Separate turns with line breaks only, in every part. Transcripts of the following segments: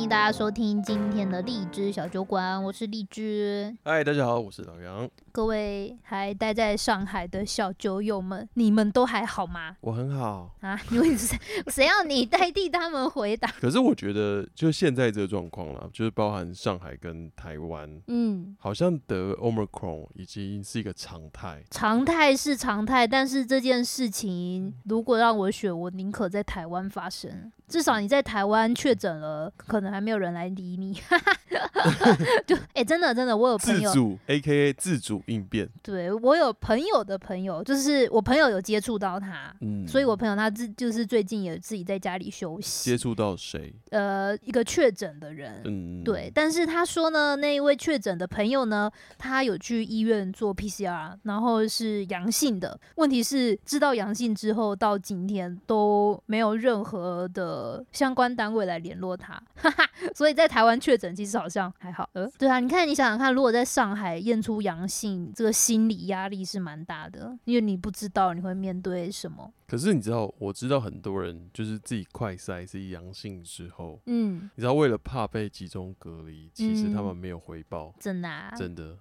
迎大家收听今天的荔枝小酒馆，我是荔枝。
嗨，大家好，我是老杨，
各位还待在上海的小酒友们，你们都还好吗？
我很好。
啊，因为谁谁要你代替他们回答？
可是我觉得，就现在这个状况啦，就是包含上海跟台湾，
嗯，
好像得 Omicron 已经是一个常态。
常态是常态，但是这件事情如果让我选，我宁可在台湾发生。至少你在台湾确诊了，可能还没有人来理你。 就哎、真的真的，我有朋
自
友，
主 A K A 自主应变，
对我有朋友的朋友，就是我朋友有接触到他，
嗯
所以我朋友他自就是最近也自己在家里休息
接，触到谁？
呃，一个确诊的人。
嗯，
对，，但是他说呢，那一位确诊的朋友呢，他有去医院做 PCR，然后是阳性的。问题是，知道阳性之后，到今天都没有任何的相关单位来联络他， 哈哈。所以在台湾确诊其实好像还好。呃，对啊，你看，你想想看，如果在上海验出阳性，这个心理压力是蛮大的，因为你不知道你会面对什么。
可是你知道，我知道很多人就是自己快筛是阳性之后，
嗯，
你知道为了怕被集中隔离，其实他
嗯
们没有回报，
真的、啊。
真的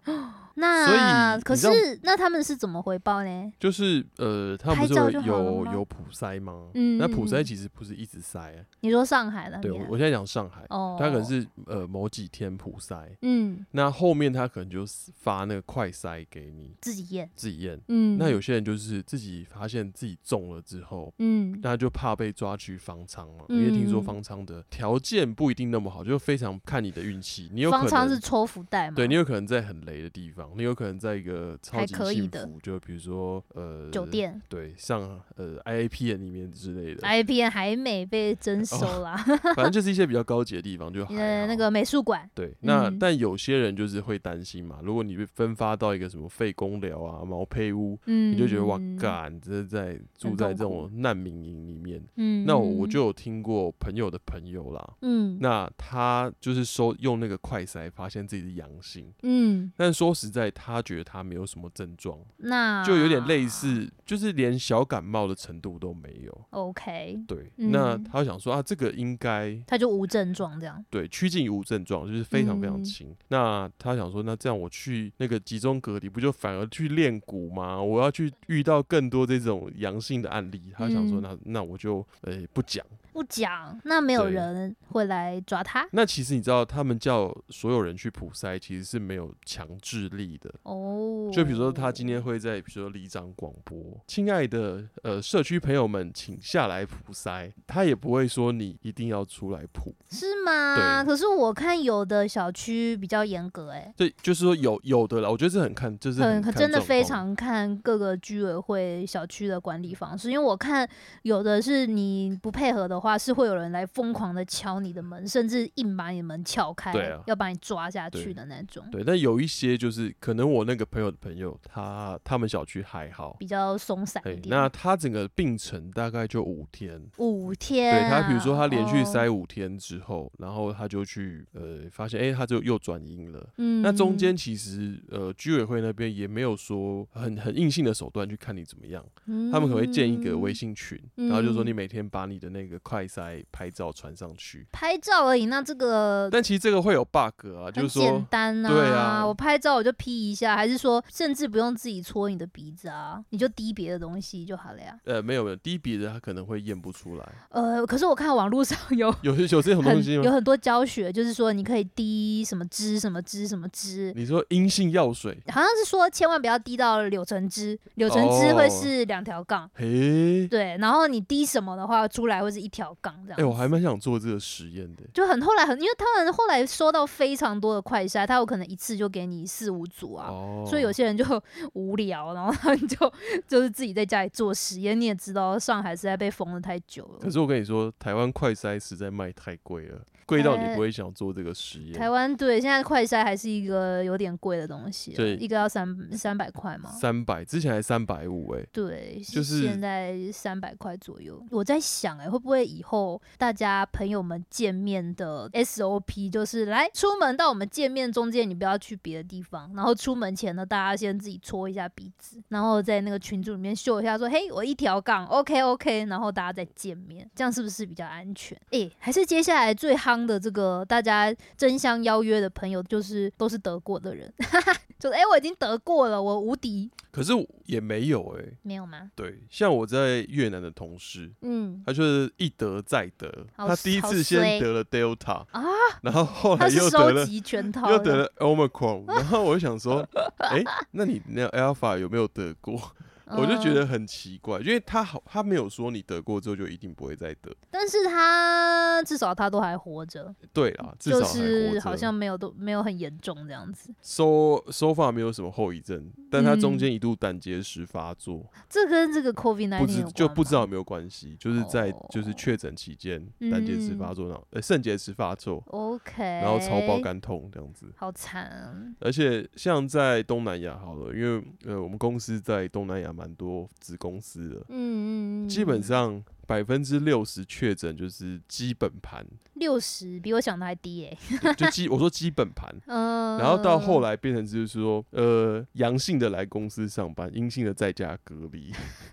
那
所以
可
你知道
是那他们是怎么回报呢？
就是呃，他
拍
们不是
照
有
就好了
有
吗
有普筛吗？
嗯
那普
嗯
筛
嗯
其实不是一直筛、啊，
你说上海那
对
边
我
啊？
我现在讲上海，
哦，
他可能是呃某几天普筛，
嗯
那后面他可能就发那个快筛给你
自己验，
自己验。
嗯，
那有些人就是自己发现自己中了之后，
嗯
那就怕被抓去方舱嘛，
嗯
因为听说
嗯嗯
方舱的条件不一定那么好，就非常看你的运气。你有可
方舱是
能
抽福袋嘛？
对你有可能在很雷的地方，你有可能在一个超
还
级
可以
幸
的
福，就比如说呃
酒店
对，像呃 IAPN 里面之类的，
I P N 还没被征收啦，
反正就是一些比较高级的地方就还
呃，
哦好
那个美术馆，
对，那、
嗯
但有些人就是会担心嘛，如果你被分发到一个什么肺公疗啊、毛坯屋，
嗯，
你就觉得哇，
嗯，
干，这是在住在这种难民营里面。
嗯，
那我我就有听过朋友的朋友啦，
嗯，
那他就是收用那个快筛发现自己是阳性，
嗯，
但说实在，他觉得他没有什么症状，
那
就有点
啊
类似，就是连小感冒的程度都没有。
，OK，
对，
嗯
那他想说啊，这个应该
他就无症状这样，
对，趋近于无症状，就是非常非常
嗯
轻。那他想说，那这样我去那个集中隔离，不就反而去练骨吗？我要去遇到更多这种阳性的案例。他想说
嗯
那，那我就呃、不讲。
不讲，那没有
对
人会来抓他
那其实你知道，他们叫所有人去普筛，其实是没有强制力的。
哦。
就比如说，他今天会在比如说里长广播，亲爱的呃社区朋友们，请下来普筛，他也不会说你一定要出来普。
是吗？
对
可是我看有的小区比较严格，哎，
对，就是说有有的啦，我觉得这很看，就是
很
看
真的
状
非
况嗯
常看各个居委会小区的管理方式，因为我看有的是你不配合的话，是会有人来疯狂的敲你的门，甚至硬把你的门撬开，
对啊
要把你抓下去
对
的那种，
对，但有一些就是可能我那个朋友的朋友，他他们小区还好，
比较松散一
哎，
点。
那他整个病程大概就五天。
五天
对
啊、
他，比如说他连续
哦，
塞五天之后，然后他就去呃发现，哎、他就又转阴了。
嗯
那中间其实呃居委会那边也没有说很很硬性的手段去看你怎么样，他们可能会建一个微
嗯
信群，然后就说
嗯
你每天把你的那个快筛拍照传上去。
拍照而已，那这个。
但其实这个会有 bug 啊，就
很
是
简
说
单啊，
对啊
我拍照我就 P 一下，还是说甚至不用自己搓你的鼻子啊，你就滴别的东西就好了呀。
呃没有没有低鼻的他可能会验不出来，
呃，可是我看网络上有
有有这种东
很
西吗？
有很多教学，就是说你可以滴什么汁、什么汁、什么汁，
你说阴性药水，
好像是说千万不要滴到柳橙汁，柳橙汁
哦
会是两条杠。
嘿，
对，啊然后你滴什么的话，出来会是一条杠这样
哎、
子。
我还蛮想做这个实验的。
就很后来很，因为他们后来收到非常多的快筛，他有可能一次就给你四五组啊，
哦，
所以有些人就 无聊，然后他们就 就是自己在家里做实验。你也知道，上海实在被封了太久
可
了，
是我跟你说，台湾快筛实在卖太贵了，贵到你不会想做这个实验。
台湾对现在快筛还是一个有点贵的东西了，
对
一个要三三百块嘛，
三百，之前还三百五，哎，
对，
就是
现在三百块左右。我在想、欸，哎，会不会以后大家朋友们见面的 SOP 就是来出门到我们见面中间，你不要去别的地方，然后出门前呢，大家先自己搓一下鼻子，然后在那个群组里面秀一下说，嘿，我一条杠，OK OK，然后大家再见面，这样是不是比较安全？哎、还是接下来最夯方的这个大家争相邀约的朋友，就是都是得过的人， 就是哎、诶我已经得过了，我无敌，
可是也没有哎、
没有吗？
对，像我在越南的同事，
嗯，
他就是一得再得，
好
他第一
好
次先
衰
得了 Delta
啊，
然后后
他
来
是
又得
收
了
集全套，
又得了 Omicron，然后我就 想说，哎、那你那 Alpha 有没有得过？
嗯，
我就觉得很奇怪，因为他好，他没有说你得过之后就一定不会再得。
但是他至少他都还活着，
对啦，至少
就
还活
是
着
好像没有都没有很严重这样子。
收收发没有什么后遗症，但他
嗯
中间一度胆结石发作，
这跟这个 COVID
不
nineteen
知
有
就
关
不知
吗
道有没有关系，就是在就是
哦嗯
确诊期间胆结石发作，然后呃肾结石发作，
OK，
然后超爆，肝痛这样子。
好惨，
而且像在东南亚好了，因为呃我们公司在东南亚蛮多子公司的，
嗯嗯嗯，
基本上百分之六十确诊就是基本盘，
六十比我想的还低耶、
就就基我说基本盘，
嗯，
然后到后
来
来变成就是说，呃，阳性的来公司上班，阴性的在家隔离，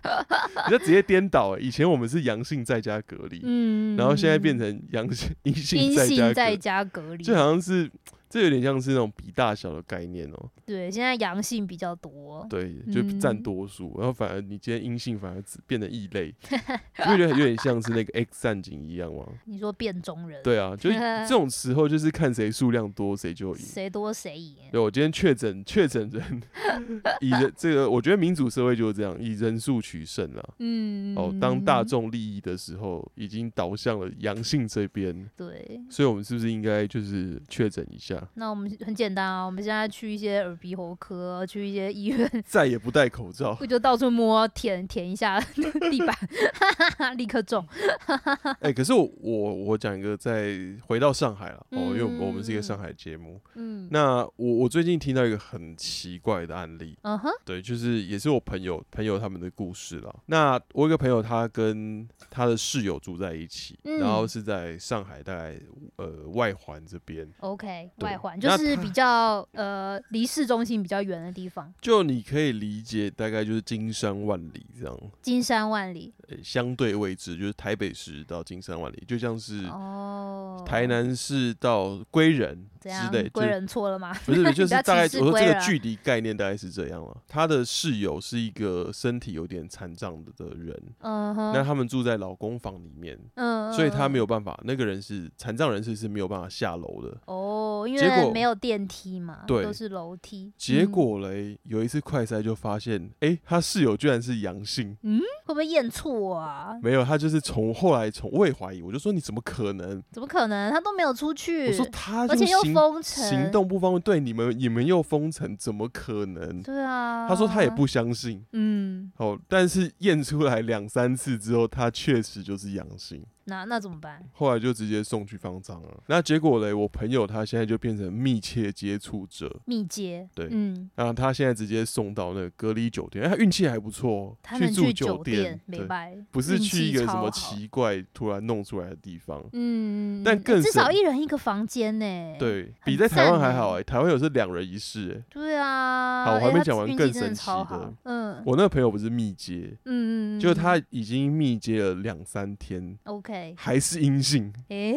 你就直接颠倒、欸。以前我们是阳性在家隔离，
嗯，
然后现在变
嗯
成阳性阴性
阴
在家
性
隔
在
离，
家隔离，
就好像是这有点像是那种比大小的概念哦、
对，现在阳性比较多，
对，就占
嗯
多数，然后反而你今天阴性反而只变得异类， 就觉得有点像是那个 X 战警一样嘛。
你说变种人，，
对啊，就是这种时候就是看谁数量多谁就赢。
谁多谁赢，
对，我今天确诊确诊人以人这个，我觉得民主社会就是这样，以人数取胜了。
嗯，
哦，当大众利益的时候，已经导向了阳性这边，
对。
所以我们是不是应该就是确诊一下，
那我们很简单啊，我们现在去一些耳鼻喉科，去一些医院，
再也不戴口罩？
不就到处摸舔舔一 下地板， 立刻中。
哎、可是我我我讲一个，再回到上海了哦，因为我们我们是一个上
嗯
海节目。
嗯，
那我我最近听到一个很奇怪的案例，
嗯哼，
对，就是也是我朋友朋友他们的故事啦。那我有一个朋友，他跟他的室友住在一起，
嗯
然后是在上海，大概呃外环这边。
OK，
对
外环
那
就是
它
比较呃离市中心比较远的地方，
就你可以理解，大概就是金山万里这样，
金山万里
呃相对位置就是台北市到金山万里，就像是
哦，
台南市到归仁
怎
之
样
类，？就
归人错了吗？
不 是，就是
家
大概我
歧视啊
说这
龟
个
了
距离概念大概是这样了。他的室友是一个身体有点残障的的人，
嗯哼，
那他们住在老公房里面，
嗯，
所以他没
有
有办法，那个人是残障人士是没有办法下楼的。
哦，因
结果
为没有电梯嘛，
对
都是楼梯。
结
嗯
果嘞，有一次快筛就发现，诶，他室友居然是阳性，
嗯会不会验错啊？
没有，他就是从后来从我也怀疑，我就说你怎么可能？
怎么可能？他都没有出去，
我说他
而
就
且又
行
封城，
行动不方便，对你们你们又封城，怎么可能？
对啊。
嗯他说他也，不相信。
嗯，
哦，但是验出来两三次之后，他确实就是阳性，
那那怎么办？
后来就直接送去方舱了。那结果嘞，我朋友他现在就变成密切接触者，
密接，
对
嗯，
然后他现在直接送到那个隔离酒店，哎，他运气还不错哦，
他能
住
酒
店，
明
对，
白？
不是
运
去
气
一个什
超
么
好
奇怪突然弄出来的地方，
嗯，
但
嗯
更
至少
神
一人一个房间呢。
对比
很
在台湾
赞
还好
欸
哎，台湾有是两人一室哎。
对啊，
好我还
欸
没
他
讲完
运
更
气真
神
的超
奇的
好，嗯
我那个朋友不是密接，
嗯嗯，
就
嗯
他
嗯
已经密接了两三天，
OK，
还是阴性，
诶，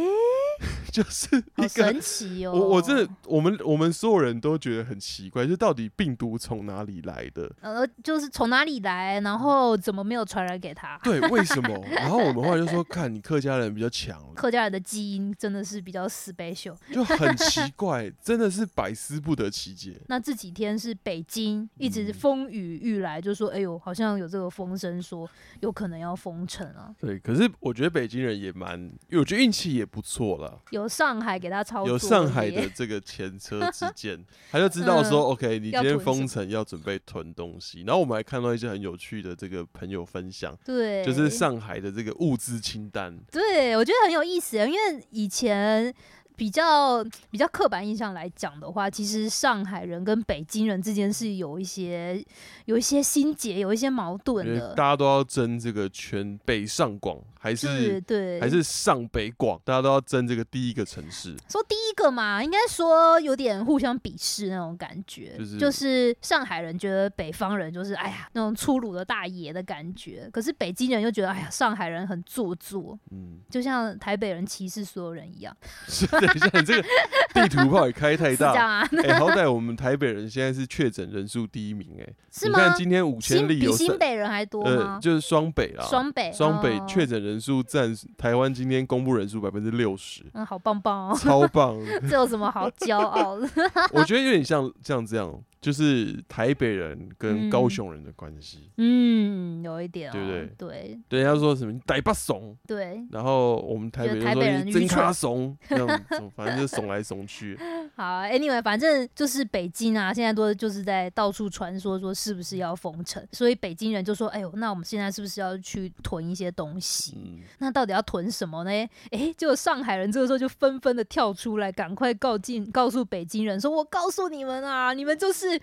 就是
好
一个
神奇哦！
我我真的我们我们所有人都觉得很奇怪，就到底病毒从哪里来的？
呃，就是从哪里来，然后怎么没有传染给他？
对，为什 么？然后我们后来就说，看你客家人比较强，
客家人的基因真的是比较 special。
就很奇怪，真的是百思不得其解。
那这几天是北京一直
嗯
风雨欲来，就说哎呦，好像有这个风声说有可能要封城啊。
对，可是我觉得北京人也蛮，因为我觉得运气也不错啦，
有上海给他操作，
有上海的，这个前车之鉴，他就知道说、o k 你今
嗯要
天
囤什
封
么
城要准备囤东西。然后我们还看到一些很有趣的这个朋友分享，
对，
就是上海的这个物资清单，
啊对，我觉得很有意思，因为以前。比较嗯比较刻板印象来讲的话，其实上海人跟北京人之间是有一些有一些心结，有一些矛盾
因为
的
大。家都要争这个全北上广还是
对，
还是上北广，大家都要争这个第一个城市。
说第一个嘛，应该说有点互相鄙视那种感觉，
就是
是上海人觉得北方人就是哎呀那种粗鲁的大爷的感觉，可是北京人又觉得哎呀上海人很做作，
嗯，
就像台北人歧视所有人一样，
是等一下，你这个地图炮也开太
是这样
大。
啊？
哎、好歹我们台北人现在是确诊人数第一名、哎，
是
你
吗
看？今天五
新
千例
比
有
新
三，
北人还多
呃，
吗？
就是双北啦，
双北，
双北
哦
确诊人数占台湾今天公布人数百分之六十，
嗯，好棒棒哦，
超棒！
这有什么好骄傲的？
我觉得有点像像这样，就是台北人跟高
嗯
雄人的关系。
嗯，有一点哦，
对不对
对
对，人家说什么你逮把怂，
对
然后我们台
就
北
台
人说
北人
你
愚
真
蠢
咖怂， 这样子，反正就怂来怂去。
好，Anyway，反啊正就是北京啊，现在都就是在到处传说说是不是要封城，所以北京人就说：“哎呦，那我们现在是不是要去囤一些东西？
嗯，
那到底要囤什么呢？”哎，结果上海人这个时候就纷纷的跳出来，赶快告进告诉北京人说：“我告诉你们啊，你们就是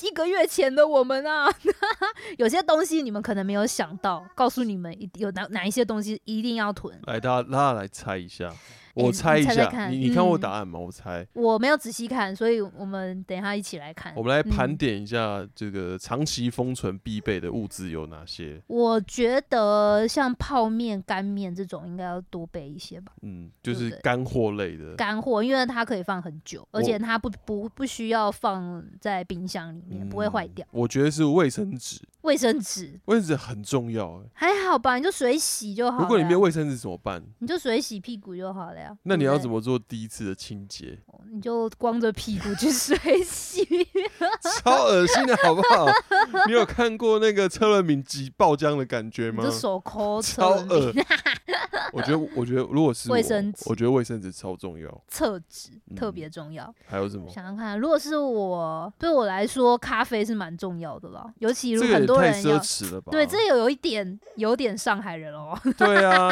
一个月前的我们啊， 有些东西你们可能没有想到，告诉你们一有哪哪一些东西一定要囤。”
来，大家大家来猜 一下，我
你
猜一
你猜猜
下，
看
你你看过
嗯
答案吗？我猜，
我没有仔细看，所以我们等一下一起来看。
我们来盘
嗯
点一下这个长期封存必备的物资有哪些。
我觉得像泡面、干面这种应该要多备一些吧，
嗯，就
对不
是
对
干货类的。
干货，因为它可以放很久，而且它不不不需要放在冰箱里面，不会坏
嗯
掉。
我觉得是卫生纸，
卫生纸
卫生纸很重要、欸。
还好吧，你就水洗就好了呀。
如果你没有卫生纸怎么办？
你就水洗屁股就好了呀。
那你要怎
么？
么做第一次的清洁？
你就光着屁股去 水洗，
超恶心的好不 好？你有看过那个车轮饼挤爆浆的感觉
你
吗
就？手抠
超
车
恶。我觉得，我觉得如果是我
卫生纸
我觉得卫生纸超重要。
厕纸
嗯
特别重要。
还有什么？
想想看，如果是我，对我来说，咖啡是蛮重要的啦，尤其
这
如
个
果很
也
多
太
人
奢
要。
侈了吧？
对，这有有一点有点上海人哦，
对啊，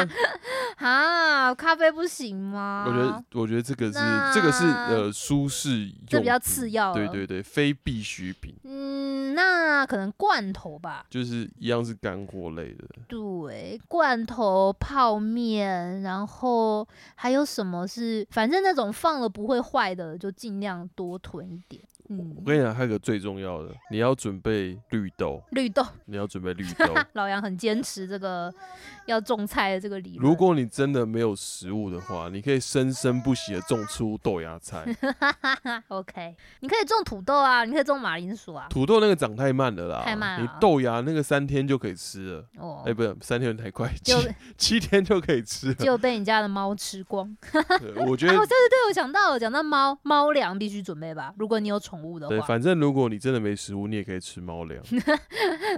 哈，咖啡不行吗？
我觉得，我觉得这个是
啊那
这个是呃舒适用，
这比较次要
对
了
对对，非必需品，
嗯，那可能罐头吧，
就是一样是干货类的。
对，罐头、泡面，然后还有什么是，反正那种放了不会坏的，就尽量多囤一点。
我
嗯，
跟你讲，还有个最重要的，你要准备绿豆，
绿豆，
你要准备绿豆。
老杨很坚持这个要种菜的这个理论。
如果你真的没有食物的话，你可以生生不息的种出豆芽菜。
OK，你可以种土豆啊，你可以种马铃薯啊。
土豆那个长太慢了啦，
太慢
你
了
豆芽那个三天就可以吃了，
哦
哎、，不是三天太快，七
就
七天就可以吃了。
就被你家的猫吃光。
对我觉
哦，
得
对对对，我想到了，讲到猫，猫粮必须准备吧。如果你有宠物的
对，
话，
反正如果你真的没食物，你也可以吃猫粮。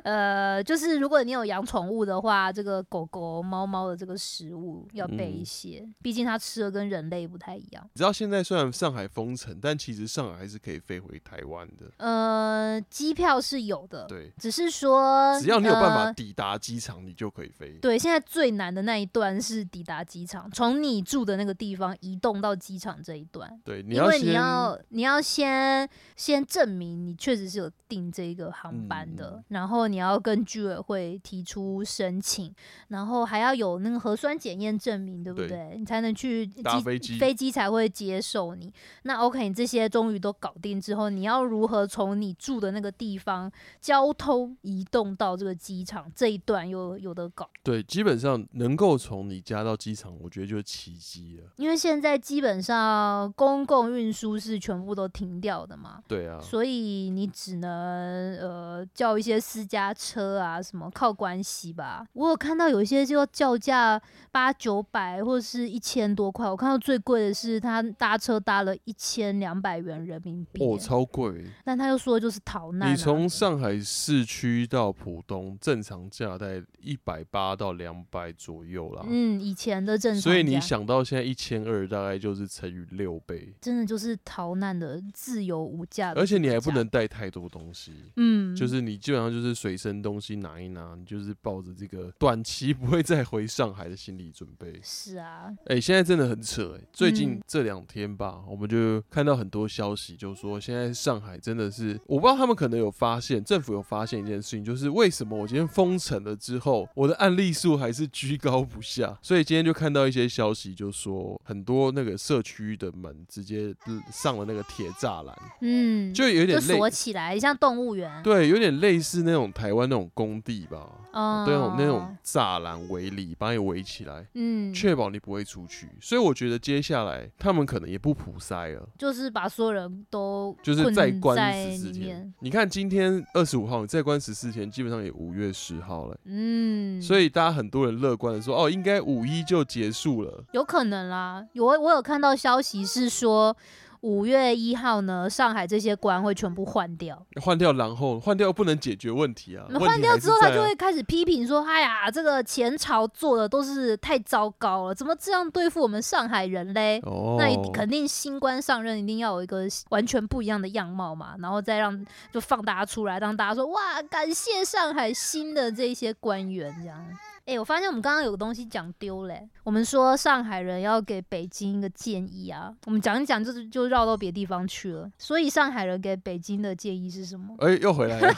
呃，就是如果你有养宠物的话，这个狗狗、猫猫的这个食物要备一
嗯
些，毕竟它吃的跟人类不太一样。
你知道现在虽然上海封城，但其实上海还是可以飞回台湾的。
呃，机票是有的，
对，
只是说
只要你有办法
呃
抵达机场，你就可以飞。
对，现在最难的那一段是抵达机场，从你住的那个地方移动到机场这一段，
对，你
因
要
为
先
你要你要先先证明你确实是有订这个航班的，
嗯
然后你要跟居委会提出申请，然后还要有那个核酸检验证明，对不
对
对？你才能去
搭飞机
飞机才会接受你。那 OK，你这些终于都搞定之后，你要如何从你住的那个地方交通移动到这个机场这一段又有的搞？
对，基本上能够从你家到机场，我觉得就是奇迹了。
因为现在基本上公共运输是全部都停掉的嘛，
对啊，
所以你只能呃叫一些私家车啊，什么靠关系吧。我有看到有一些就要叫价八九百或者是一千多块，我看到最贵的是他搭车搭了一千两百元人民币
哦，
耶，
超贵。
但他又说就是逃难、啊。
你从上海市区到浦东，正常价在一百八到两百左右啦。
嗯以前的正常价，
所以你想到现在一千二，大概就是乘以六倍，
真的就是逃难的自由无价的这个价，
而且你还不能带太多东西。
嗯，
就是你基本上就是随身东西拿一拿，你就是抱着这个短期不会再回上海的心理准备。
是啊，
哎、现在真的很扯哎、最近
嗯
这两天吧，我们就看到很多消息，就说现在上海真的是，我不知道他们可能有发现，政府有发现一件事情，就是为什么我今天封城了之后，我的案例数还是居高不下，所以今天就看到一些消息，就说很多那个社区的门直接呃上了那个铁栅栏，
嗯，
就有
就
点类
锁，起来，像动物园，
对，有点类似那种台湾那种工地吧，
嗯，
对，那啊种那种栅栏围篱把你围起来。
嗯，
确保你不会出去。所以我觉得接下来他们可能也不普筛了，
就是把所有人都
就是
困
再关
在
十四
里
天
面。。
你看今天二十五号，你再关十四天，基本上也五月十号了。
嗯，
所以大家很多人乐观的说，哦，应该五一就结束了。
有可能啦。有我有看到消息是说，五月一号呢，上海这些官会全部换掉。
换掉，然后换掉不能解决问题啊。
那
问
换
题
掉
还是
之后，他
在啊
就会开始批评说：“哎呀，这个前朝做的都是太糟糕了，怎么这样对付我们上海人嘞？”
哦，
那一定肯定新官上任一定要有一个完全不一样的样貌嘛，然后再让就放大家出来，让大家说哇，感谢上海新的这些官员这样。哎、我发现我们刚刚有个东西讲丢嘞、我们说上海人要给北京一个建议啊，我们讲一讲就是就绕到别地方去了。所以上海人给北京的建议是什么？
哎、又回来了。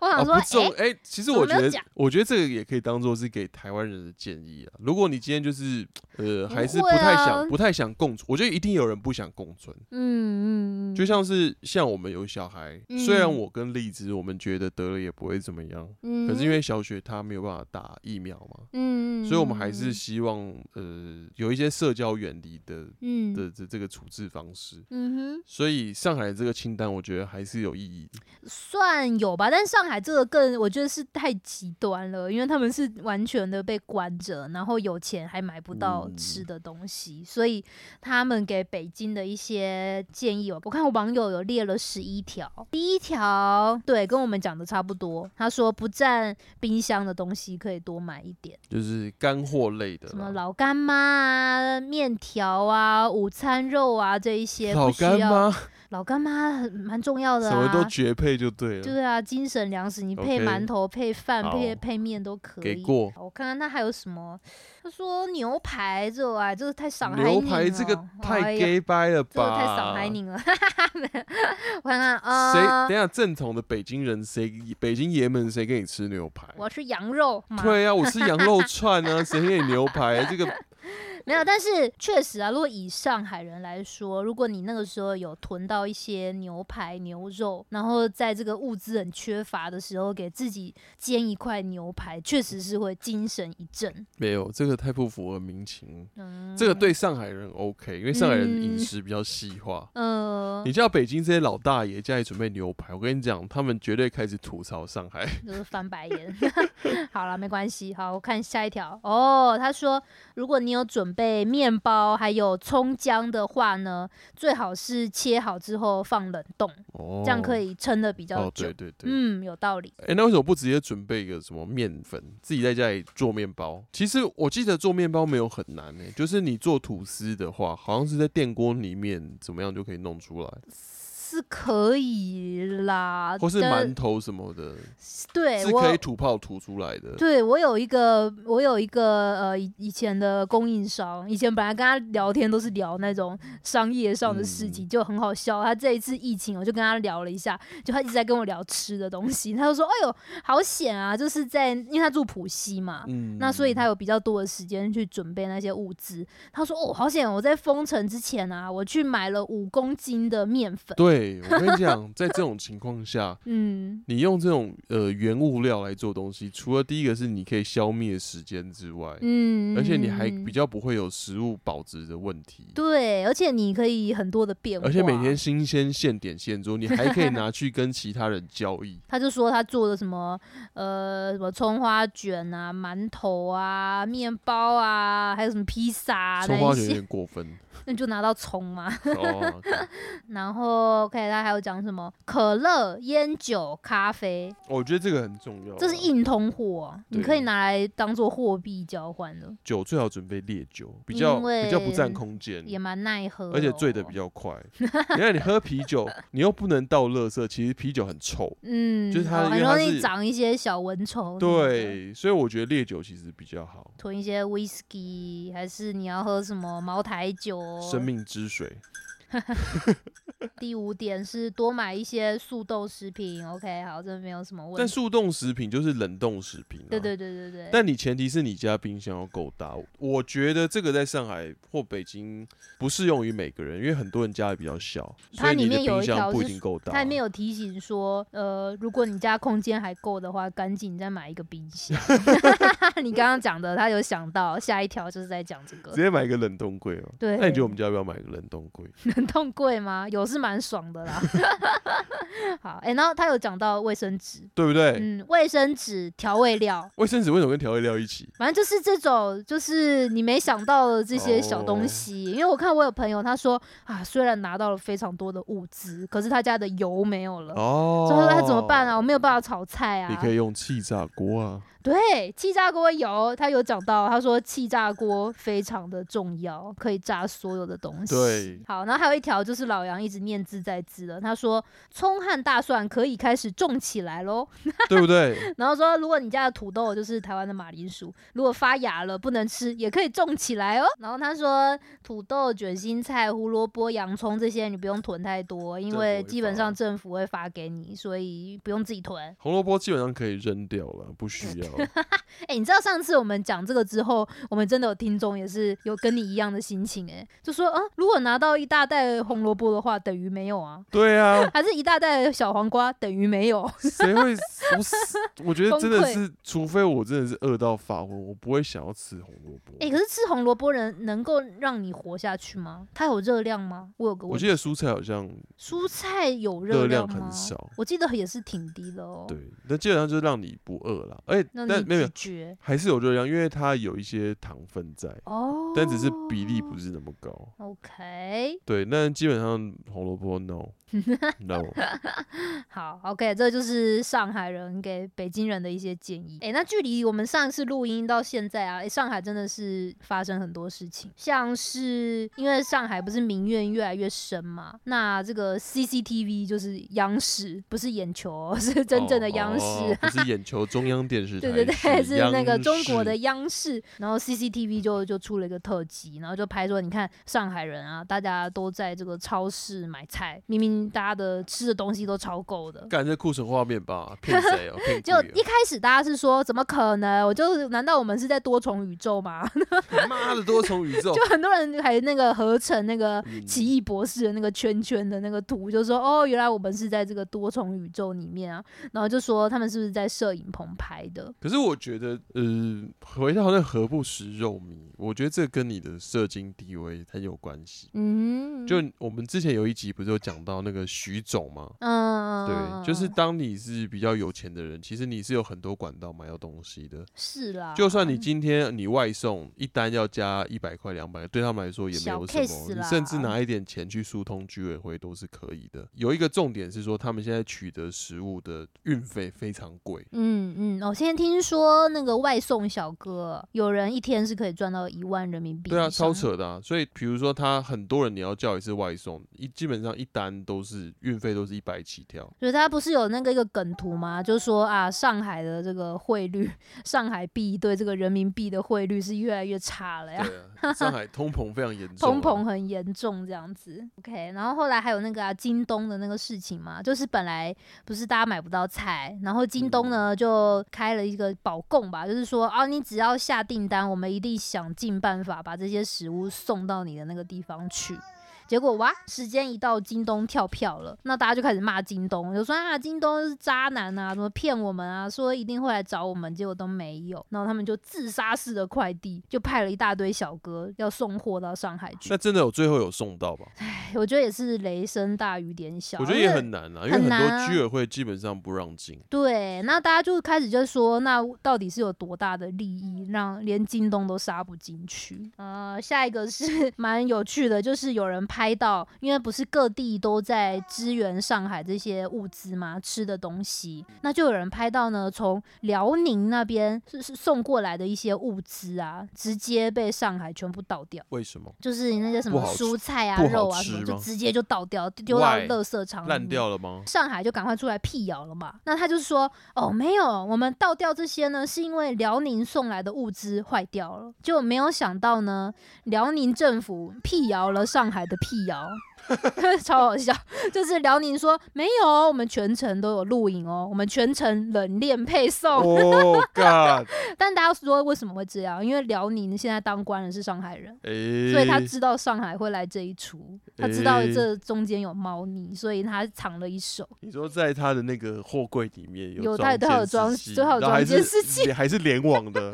我想
啊，
说，哎、
不重哎、其实
怎么
我
没
觉
有
得
讲，
我觉得这个也可以当做是给台湾人的建议啊。如果你今天就是呃，
不
还是不
会
太想、
啊
不太想共存，我觉得一定有人不想共存。
嗯嗯嗯，
就像是像我们有小孩，
嗯
虽然我跟荔枝我们觉得得了也不会怎么样，
嗯，
可是因为小雪她没有办法打疫苗嘛，
嗯，
所以我们还是
嗯
希望呃有一些社交远离的
嗯
的这这个处置方式。
嗯哼。
所以上海这个清单，我觉得还是有意义的。
算有吧，但上海这个更我觉得是太极端了，因为他们是完全的被关着，然后有钱还买不到
嗯
吃的东西，所以他们给北京的一些建议哦，我看我网友有列了十一条，第一条对跟我们讲的差不多，他说不占冰箱的东西可以多买一点，
就是干货类的啦，
什么老干妈啊、面条啊、午餐肉啊这一些
老
不需
干
要，
妈，
老干妈很蛮重要的、啊，
什么都绝配就对了。
对啊，精神粮食，你配
OK
馒头、配饭、配
好
配面都可以。
给过
好我看看他还有什么？他说牛排这哎，这个太上海
牛
拧
排这个
了哎
太
呀
gay 掰了
这个
吧？
太上海拧了。 我看看
谁？
啊，
等一下正统的北京人，谁北京爷们谁给你吃牛排？
我要吃羊肉。妈
对啊，我吃羊肉串啊，谁给你牛排？啊 这个
没有，但是确实啊，如果以上海人来说，如果你那个时候有囤到一些牛排、牛肉，然后在这个物资很缺乏的时候，给自己煎一块牛排，确实是会精神一振。
没有，这个太不符合民情。
嗯，
这个对上海人 OK，因为上海人饮
嗯
食比较细化。
呃，
你叫北京这些老大爷家里准备牛排，我跟你讲，他们绝对开始吐槽上海。
就是翻白眼。 好了，没关系。好，我看下一条。哦，他说，如果你有准备面包还有葱姜的话呢，最好是切好之后放冷冻，
哦
这样可。以撑的比较
哦，
久。
对对对。
嗯，有道理。
哎、那为什么不直接准备一个什么面粉，自己在家里做面包？其实我记得做面包没有很难呢、就是你做吐司的话，好像是在电锅里面怎么样就可以弄出来，
是可以啦，
或是
但
馒头什么的，
呃对
是
我
可以土炮吐出来的。
对我有一个，我有一个呃，以以前的供应商，以前本来跟他聊天都是聊那种商业上的事
嗯
情，就很好笑。他这一次疫情，我就跟他聊了一下，就他一直在跟我聊吃的东西， 他就说：“哎呦，好险啊！”就是在因为他住浦西嘛，
嗯
那所以他有比较多的时间去准备那些物资。他说：“哦，好险！我在封城之前啊，我去买了五公斤的面粉。
对我跟你讲，在这种情况下”，
嗯，
你用这种呃原物料来做东西，除了第一个是你可以消灭时间之外，
嗯，
而且你还
嗯
比较不会有食物保值的问题。
对，而且你可以很多的变化，。
而且每天新鲜现点现做，你还可以拿去跟其他人交易
他就说他做的什么呃什么葱花卷啊、馒头啊、面包啊，还有什么披萨、啊、
葱
那
花
一
卷 有
些，
点过分
那就拿到葱嘛。
哦，
然后 OK，他还有讲什么可乐、烟酒、咖啡，
我觉得这个很重要啊。
这是硬通货啊、
对
你可以拿来当做货币交换的，
酒最好准备烈酒，比较
因为
比较不占空间，
也蛮耐喝、哦
而且醉的比。较 快。你看你喝啤酒，你又不能倒垃圾，其实啤酒 很臭。
嗯，
就是它
哦很
因为它
容易
是
长一些小蚊虫。，
对，所以我觉得烈酒其实比较好。
囤一些 whisky，还是你要喝什么茅台酒？
生命之水，
第五点是多买一些速冻食品。OK，好，这没有什么问
但
题。
速冻食品就是冷冻食品、啊。
对对对对对。
但你前提是你家冰箱要够大，我觉得这个在上海或北京不适用于每个人，因为很多人家里比较小，
它
所以
里
你的
面有
冰
一条
箱不一
是
定够大。
它里面有提醒说，呃，如果你家空间还够的话，赶紧再买一个冰 箱。 你刚刚讲的，他有想到，下一条就是在讲这个
直。接买一个冷冻柜哦。
对
那你觉得我们家要不要买个冷冻柜？
冷冻柜吗？有是蛮爽的 啦。 好，哎、然后他有讲到卫生纸，
对不对？
嗯，卫生纸、调味料，
卫生纸为什么跟调味料一起？
反正就是这种，就是你没想到的这些小东
哦
西。因为我看我有朋友他说啊，虽然拿到了非常多的物资，可是他家的油没有了，
哦，
所以 他说他怎么办啊？我没有办法炒菜啊。
你可以用气炸锅 啊。
对，气炸锅有，他有讲到，他说气炸锅非常的重要，可以炸所有的东西。
对
好，然后还有一条就是老杨一直念字在字的，他说葱和大蒜可以开始种起来喽。
对不对？
然后说，如果你家的土豆就是台湾的马铃薯，如果发芽了不能吃，也可以种起来哦。然后他说，土豆、卷心菜、胡萝卜、洋葱这些你不用囤太多，因
政
为
府会
基本
发
上政府会发给你，所以不用自己囤。
红萝卜基本上可以扔掉了，不需要。
哎、你知道上次我们讲这个之后，我们真的有听众也是有跟你一样的心情、哎，就说啊，如果拿到一大袋红萝卜的话，等于没有啊，
对啊，
还是一大袋小黄瓜等于没 有，
谁会？我死我觉得真的
崩溃
是，除非我真的是饿到发昏，我不会想要吃红萝卜。
哎、可是吃红萝卜能能够让你活下去吗？它有热量吗？我有个
我
问
记
题，
得蔬菜好像
蔬菜有
热
热
量
吗？哦
很少，
我记得也是挺低的哦。
对，，那基本上就是让你不饿啦。而且
那
但
你
没有没
咀
有
嚼
还是有热量，因为它有一些糖分在，
哦，
但只是比例不是那么高。
OK。
对，那基本上红萝 卜 no no，
好，OK，这就是上海人给北京人的一些建议。诶，那距离我们上一次录音到现在啊，诶，上海真的是发生很多事情，像是因为上海不是民怨越来越深嘛，那这个 CCTV 就是央视，不是眼球哦、 是真正的央视。
哦不是眼球中央电视 台，
对对对，是那个
央
中国的
视。
央视，然后 CCTV 就就出了一个特辑，然后就拍说，你看上海人啊，大家都在这个超市买菜，明明大家的吃的东西都超够的，
干这库存画面吧，骗谁哦？骗鬼
就
哦
一开始大家是说，怎么可能？我就难道我们是在多重宇宙吗？
哦妈的多重宇宙，
就很多人还那个合成那个
嗯
奇异博士的那个圈圈的那个图，就说哦，原来我们是在这个多重宇宙里面啊。然后就说他们是不是在摄影棚拍的？
可是我觉得，呃，回到那何不食肉糜，我觉得这跟你的社经地位很有关系。
嗯，
就
嗯
我们之前有一集不是有讲到那个徐总吗？
嗯，嗯
对，就是
嗯
当你是比较有钱的人，其实你是有很多管道买到东西的。
是啦，
就算你今天你外送一单要加一百块、两百，对他们来说也没
小
有什
case
么，你
啦
甚至拿一点钱去疏通居委会都是可以的。有一个重点是说，他们现在取得食物的运费非常贵，
嗯嗯，我、现在听说那个外送小哥，有人一天是可以赚到一万人民币以
对
上，
啊，超扯的啊！所以比如说，他很多人你要叫一次外送，一基本上一单都是运费都是一百起跳。
所以他不是有那个一个梗图吗？就说啊，上海的这个汇率， 上海币对这个人民币的汇率是越来越差了呀。
对 啊，上海通膨非常严重啊，
通膨很严重，这样子。OK，然后后来还有那个啊，京东的那个事情嘛，就是本来不是大家买不到菜，然后京东
嗯
呢就开了一个保供吧，就是说啊，你只要下订单，我们一定想尽办法把这些食物送到你的那个地方去。结果哇，时间一到，京东跳票了，那大家就开始骂京东，就说啊，京东是渣男啊，怎么骗我们啊，说一定会来找我们，结果都没有。然后他们就自杀式的快递，就派了一大堆小哥要送货到上海 去
那。真的有最后有送到吧？
哎我觉得也是雷声大雨点小，
我觉得也很难啊，因为
很
很
难啊
多居委会基本上不让进。
对，对，那大家就开始就说，那到底是有多大的利益，让连京东都杀不进去？呃，下一个是 蛮有趣的，就是有人拍到，因为不是各地都在支援上海这些物资嘛，吃的东西，那就有人拍到呢，从辽宁那边是是送过来的一些物资啊，直接被上海全部倒掉。
为什么
就是那些什
不
么
好吃
蔬菜啊、
不好
肉啊
吃
什么，就
吗
直接就倒掉，丢到
Why？
垃圾场里面
烂掉了吗？
上海就赶快出来辟谣了嘛。那他就说：“哦，没有，我们倒掉这些呢，是因为辽宁送来的物资坏掉了。”就没有想到呢，辽宁政府辟谣了上海的辟谣， 超好笑。就是辽宁说没有哦，我们全程都有录影哦，我们全程冷链配送。
哦 God，
但大家说为什么会这样？因为辽宁现在当官的是上海人。
哎，
所以他知道上海会来这一出，他知道这中间有猫腻，所以他藏了一手。
你说在他的那个货柜里面有
有
装
他他有
监视
装
器
最好有
然后还
装监视
是
器
连还是联网 的，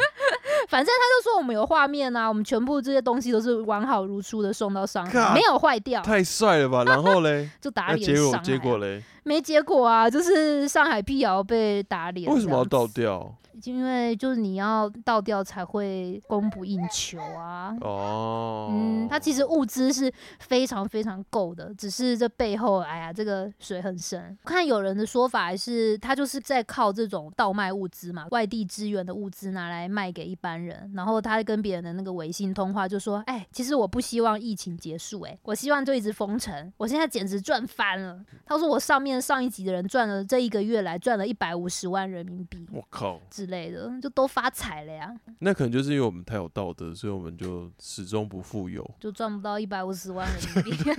反正他就说我们有画面啊，我们全部这些东西都是完好如初的送到上海，
God
没有坏掉，
太帅了吧？然后嘞，
就 打
那
脸
结
上海
果
啊。
结果嘞，
没结果啊，就是上海辟谣被打脸。
为什么要
这样
倒掉？
子？因为就是你要倒掉才会供不应求啊。
哦，
嗯，它其实物资是非常非常够的，只是这背后，哎呀，这个水很深。看有人的说法是，他就是在靠这种倒卖物资嘛，外地支援的物资拿来卖给一般人，然后他跟别人的那个微信通话就说，哎，其实我不希望疫情结束、哎，我希望就一直封城，我现在简直赚翻了。他说我上面上一级的人赚了这一个月来赚了一百五十万人民币。
我靠，
之类的，就都发财了呀，
那可能就是因为我们太有道德，所以我们就始终不富有，
就赚不到一百五十万人民币。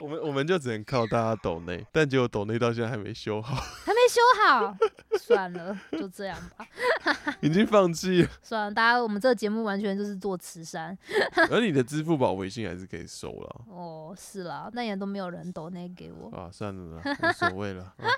我们我们就只能靠大家抖内，但结果抖内到现在还没修好，
还没修好，算了，就这样吧。
已经放弃 了。
算了，大家，我们这个节目完全就是做慈善
而你的支付宝、微信还是可以收了。
哦。是啦，但也都没有人抖那给我。
啊，算了啦，无所谓 了。啊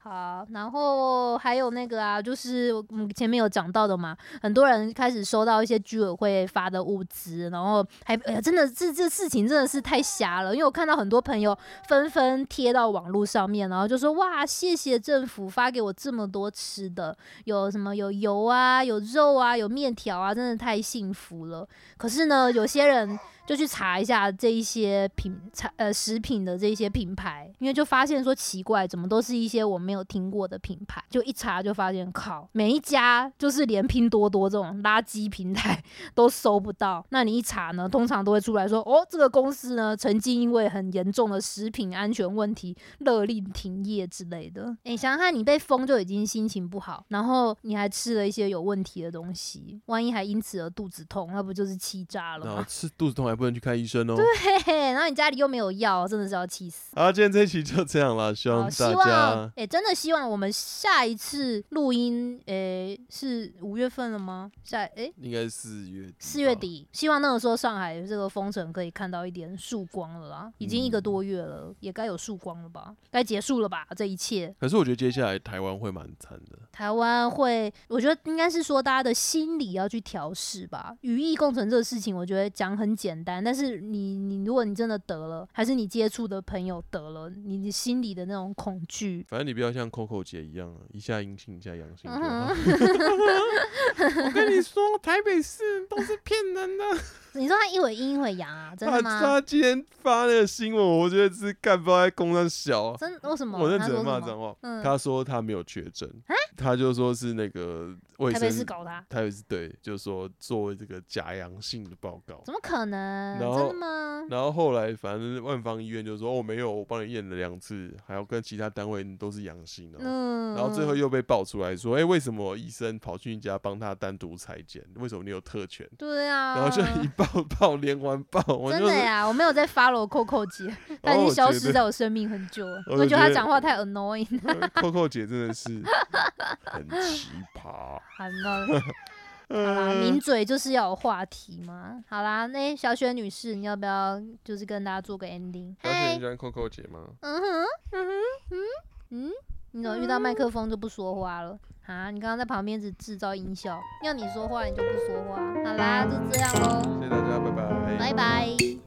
好，然后还有那个啊，就是我们前面有讲到的嘛，很多人开始收到一些居委会发的物资，然后还哎呀，真的这这事情真的是太瞎了，因为我看到很多朋友纷纷贴到网络上面，然后就说哇，谢谢政府发给我这么多吃的，有什么有油啊，有肉啊，有面条啊，真的太幸福了。可是呢，有些人就去查一下这一些品产呃食品的这一些品牌，因为就发现说奇怪，怎么都是一些我没有听过的品牌，就一查就发现靠，每一家就是连拼多多这种垃圾平台 都搜不到。那你一查呢，通常都会出来说哦，这个公司呢曾经因为很严重的食品安全问题勒令停业之类的。诶，想想看，你被封就已经心情不好，然后你还吃了一些有问题的东西，万一还因此而肚子痛，那不就是气炸了
然
吗
后？吃肚子痛还不能去看医生哦。
嘿嘿， 然后你家里又没有药，真的是要气死。
好，今天这一期就这样了，希
好，
望
希
大
望
家
哎、真的希望我们下一次录音，哎、是五月份了吗？下哎。
应该是四月底
四月
吧，
底，希望那个时候上海这个封城可以看到一点曙光了啦，已经一个
嗯
多月了，也该有曙光了吧，该结束了吧，这一切。
可是我觉得接下来台湾会蛮惨的。
台湾会，我觉得应该是说大家的心理要去调试吧。语义共存这个事情，我觉得讲很简单，但是你你如果你真的得了，还是你接触的朋友得了，你你心里的那种恐惧。
反正你不要像 Coco 姐一样，一下阴性一下阳性就
嗯
好。 我跟你说，台北市都是骗人的。
你说他一会阴一会阳啊，真
他
的吗？
他今天发那个新闻，我觉得是干不知道在工上小。啊
真为什么？
我认
他
只能
说
骂
什
脏
么？
话。
嗯，啊
他说他没有确诊，他就说是那个卫
台北市
生，
搞啊他，
台北市对，就说做这个假阳性的报告。
怎么可能？
然
真
后
的吗？
然后后来反正万方医院就说哦没有，我帮你验了两次，还有跟其他单位都是阳性哦。
嗯，
然后最后又被爆出来说，哎、为什么医生跑去你家帮他单独裁剪？为什么你有特权？
对啊，
然后就一爆爆连环爆，我
真
就
的
是，
呀，我没有在 follow Coco 姐，她
哦
已经
我
消
觉
失
得
在我生命很久了。
我
我
就
觉得她
觉得
讲话太 annoying，
Coco 姐真的是很奇葩。
好那好啦，
嗯
名嘴就是要有话题嘛。好啦，那小雪女士，你要不要就是跟大家做个 ending？
小雪，
嗨
你喜欢 Coco 姐吗？
嗯哼，嗯哼，嗯嗯，你怎么遇到麦克风就不说话了？啊，你刚刚在旁边只制造音效，要你说话你就不说话。好啦，就这样喽，
谢谢大家，拜拜。
拜拜。